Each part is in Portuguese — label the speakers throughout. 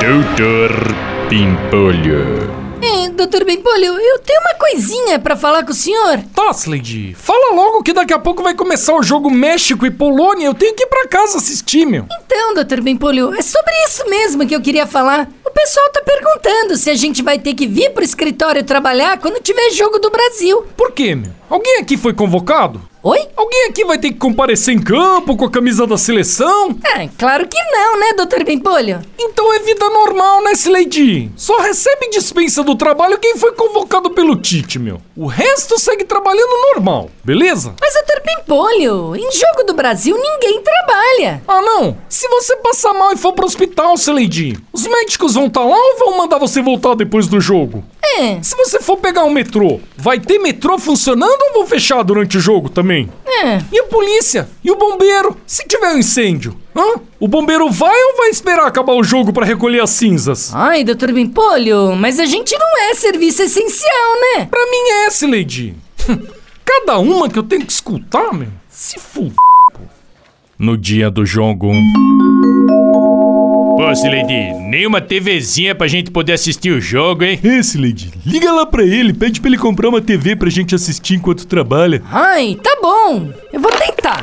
Speaker 1: Doutor Pimpolho.
Speaker 2: É, doutor Bempolho, eu tenho uma coisinha pra falar com o senhor.
Speaker 3: Toslid, fala logo que daqui a pouco vai começar o jogo México e Polônia. Eu tenho que ir pra casa assistir, meu.
Speaker 2: Então, doutor Bempolho, é sobre isso mesmo que eu queria falar. O pessoal tá perguntando se a gente vai ter que vir pro escritório trabalhar quando tiver jogo do Brasil.
Speaker 3: Por quê, meu? Alguém aqui foi convocado?
Speaker 2: Oi?
Speaker 3: Alguém aqui vai ter que comparecer em campo com a camisa da seleção?
Speaker 2: Ah, claro que não, né, doutor Bempolho?
Speaker 3: Então é vida normal, né, Slade? Só recebe dispensa do trabalho quem foi convocado pelo Tite, meu. O resto segue trabalhando normal, beleza?
Speaker 2: Mas, doutor Bempolho, em jogo do Brasil ninguém trabalha.
Speaker 3: Ah, não! Se você passar mal e for pro hospital, Slade, os médicos vão estar lá ou vão mandar você voltar depois do jogo?
Speaker 2: É,
Speaker 3: Se você for pegar um metrô, vai ter metrô funcionando ou vão fechar durante o jogo também?
Speaker 2: é.
Speaker 3: E a polícia? E o bombeiro? Se tiver um incêndio? Hã? O bombeiro vai ou vai esperar acabar o jogo pra recolher as cinzas?
Speaker 2: Ai, doutor Bempolho, mas a gente não é serviço essencial, né?
Speaker 3: Pra mim é essa, Lady. Cada uma que eu tenho que escutar, meu. Se fuder.
Speaker 1: No dia do jogo. Pô, Lady, nenhuma TVzinha pra gente poder assistir o jogo, hein?
Speaker 3: Esse, Lady. Liga lá pra ele, pede pra ele comprar uma TV pra gente assistir enquanto trabalha.
Speaker 2: Ai, tá bom. Eu vou tentar.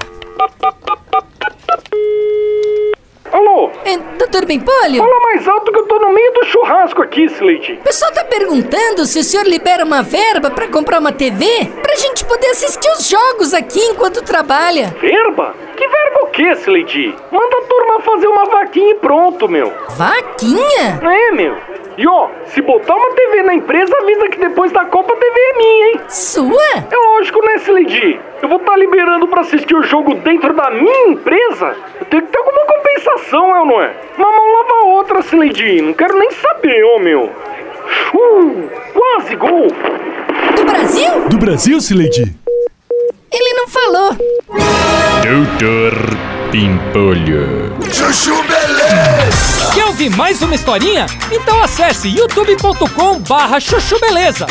Speaker 3: Alô?
Speaker 2: É, doutor Bempolho?
Speaker 3: Fala mais alto que eu tô no meio do churrasco aqui, Slade.
Speaker 2: O pessoal tá perguntando se o senhor libera uma verba pra comprar uma TV pra gente poder assistir os jogos aqui enquanto trabalha.
Speaker 3: Verba? Que verba o quê, Slade? Manda a turma fazer uma vaquinha e pronto, meu.
Speaker 2: Vaquinha?
Speaker 3: É, meu. E ó, se botar uma TV na empresa, avisa que depois da Copa a TV é minha, hein?
Speaker 2: Sua?
Speaker 3: É lógico, né, Slade? Eu vou estar liberando pra assistir o jogo dentro da minha empresa? Eu tenho que ter alguma compensação, é ou não é? Uma mão lava a outra, Slade. Não quero nem saber, ô, meu. Uh, quase gol.
Speaker 2: Do Brasil?
Speaker 3: Do Brasil, Slade?
Speaker 2: Ele não falou.
Speaker 1: Doutor Pimpolho.
Speaker 4: Quer ouvir mais uma historinha? Então acesse youtube.com barra chuchu beleza.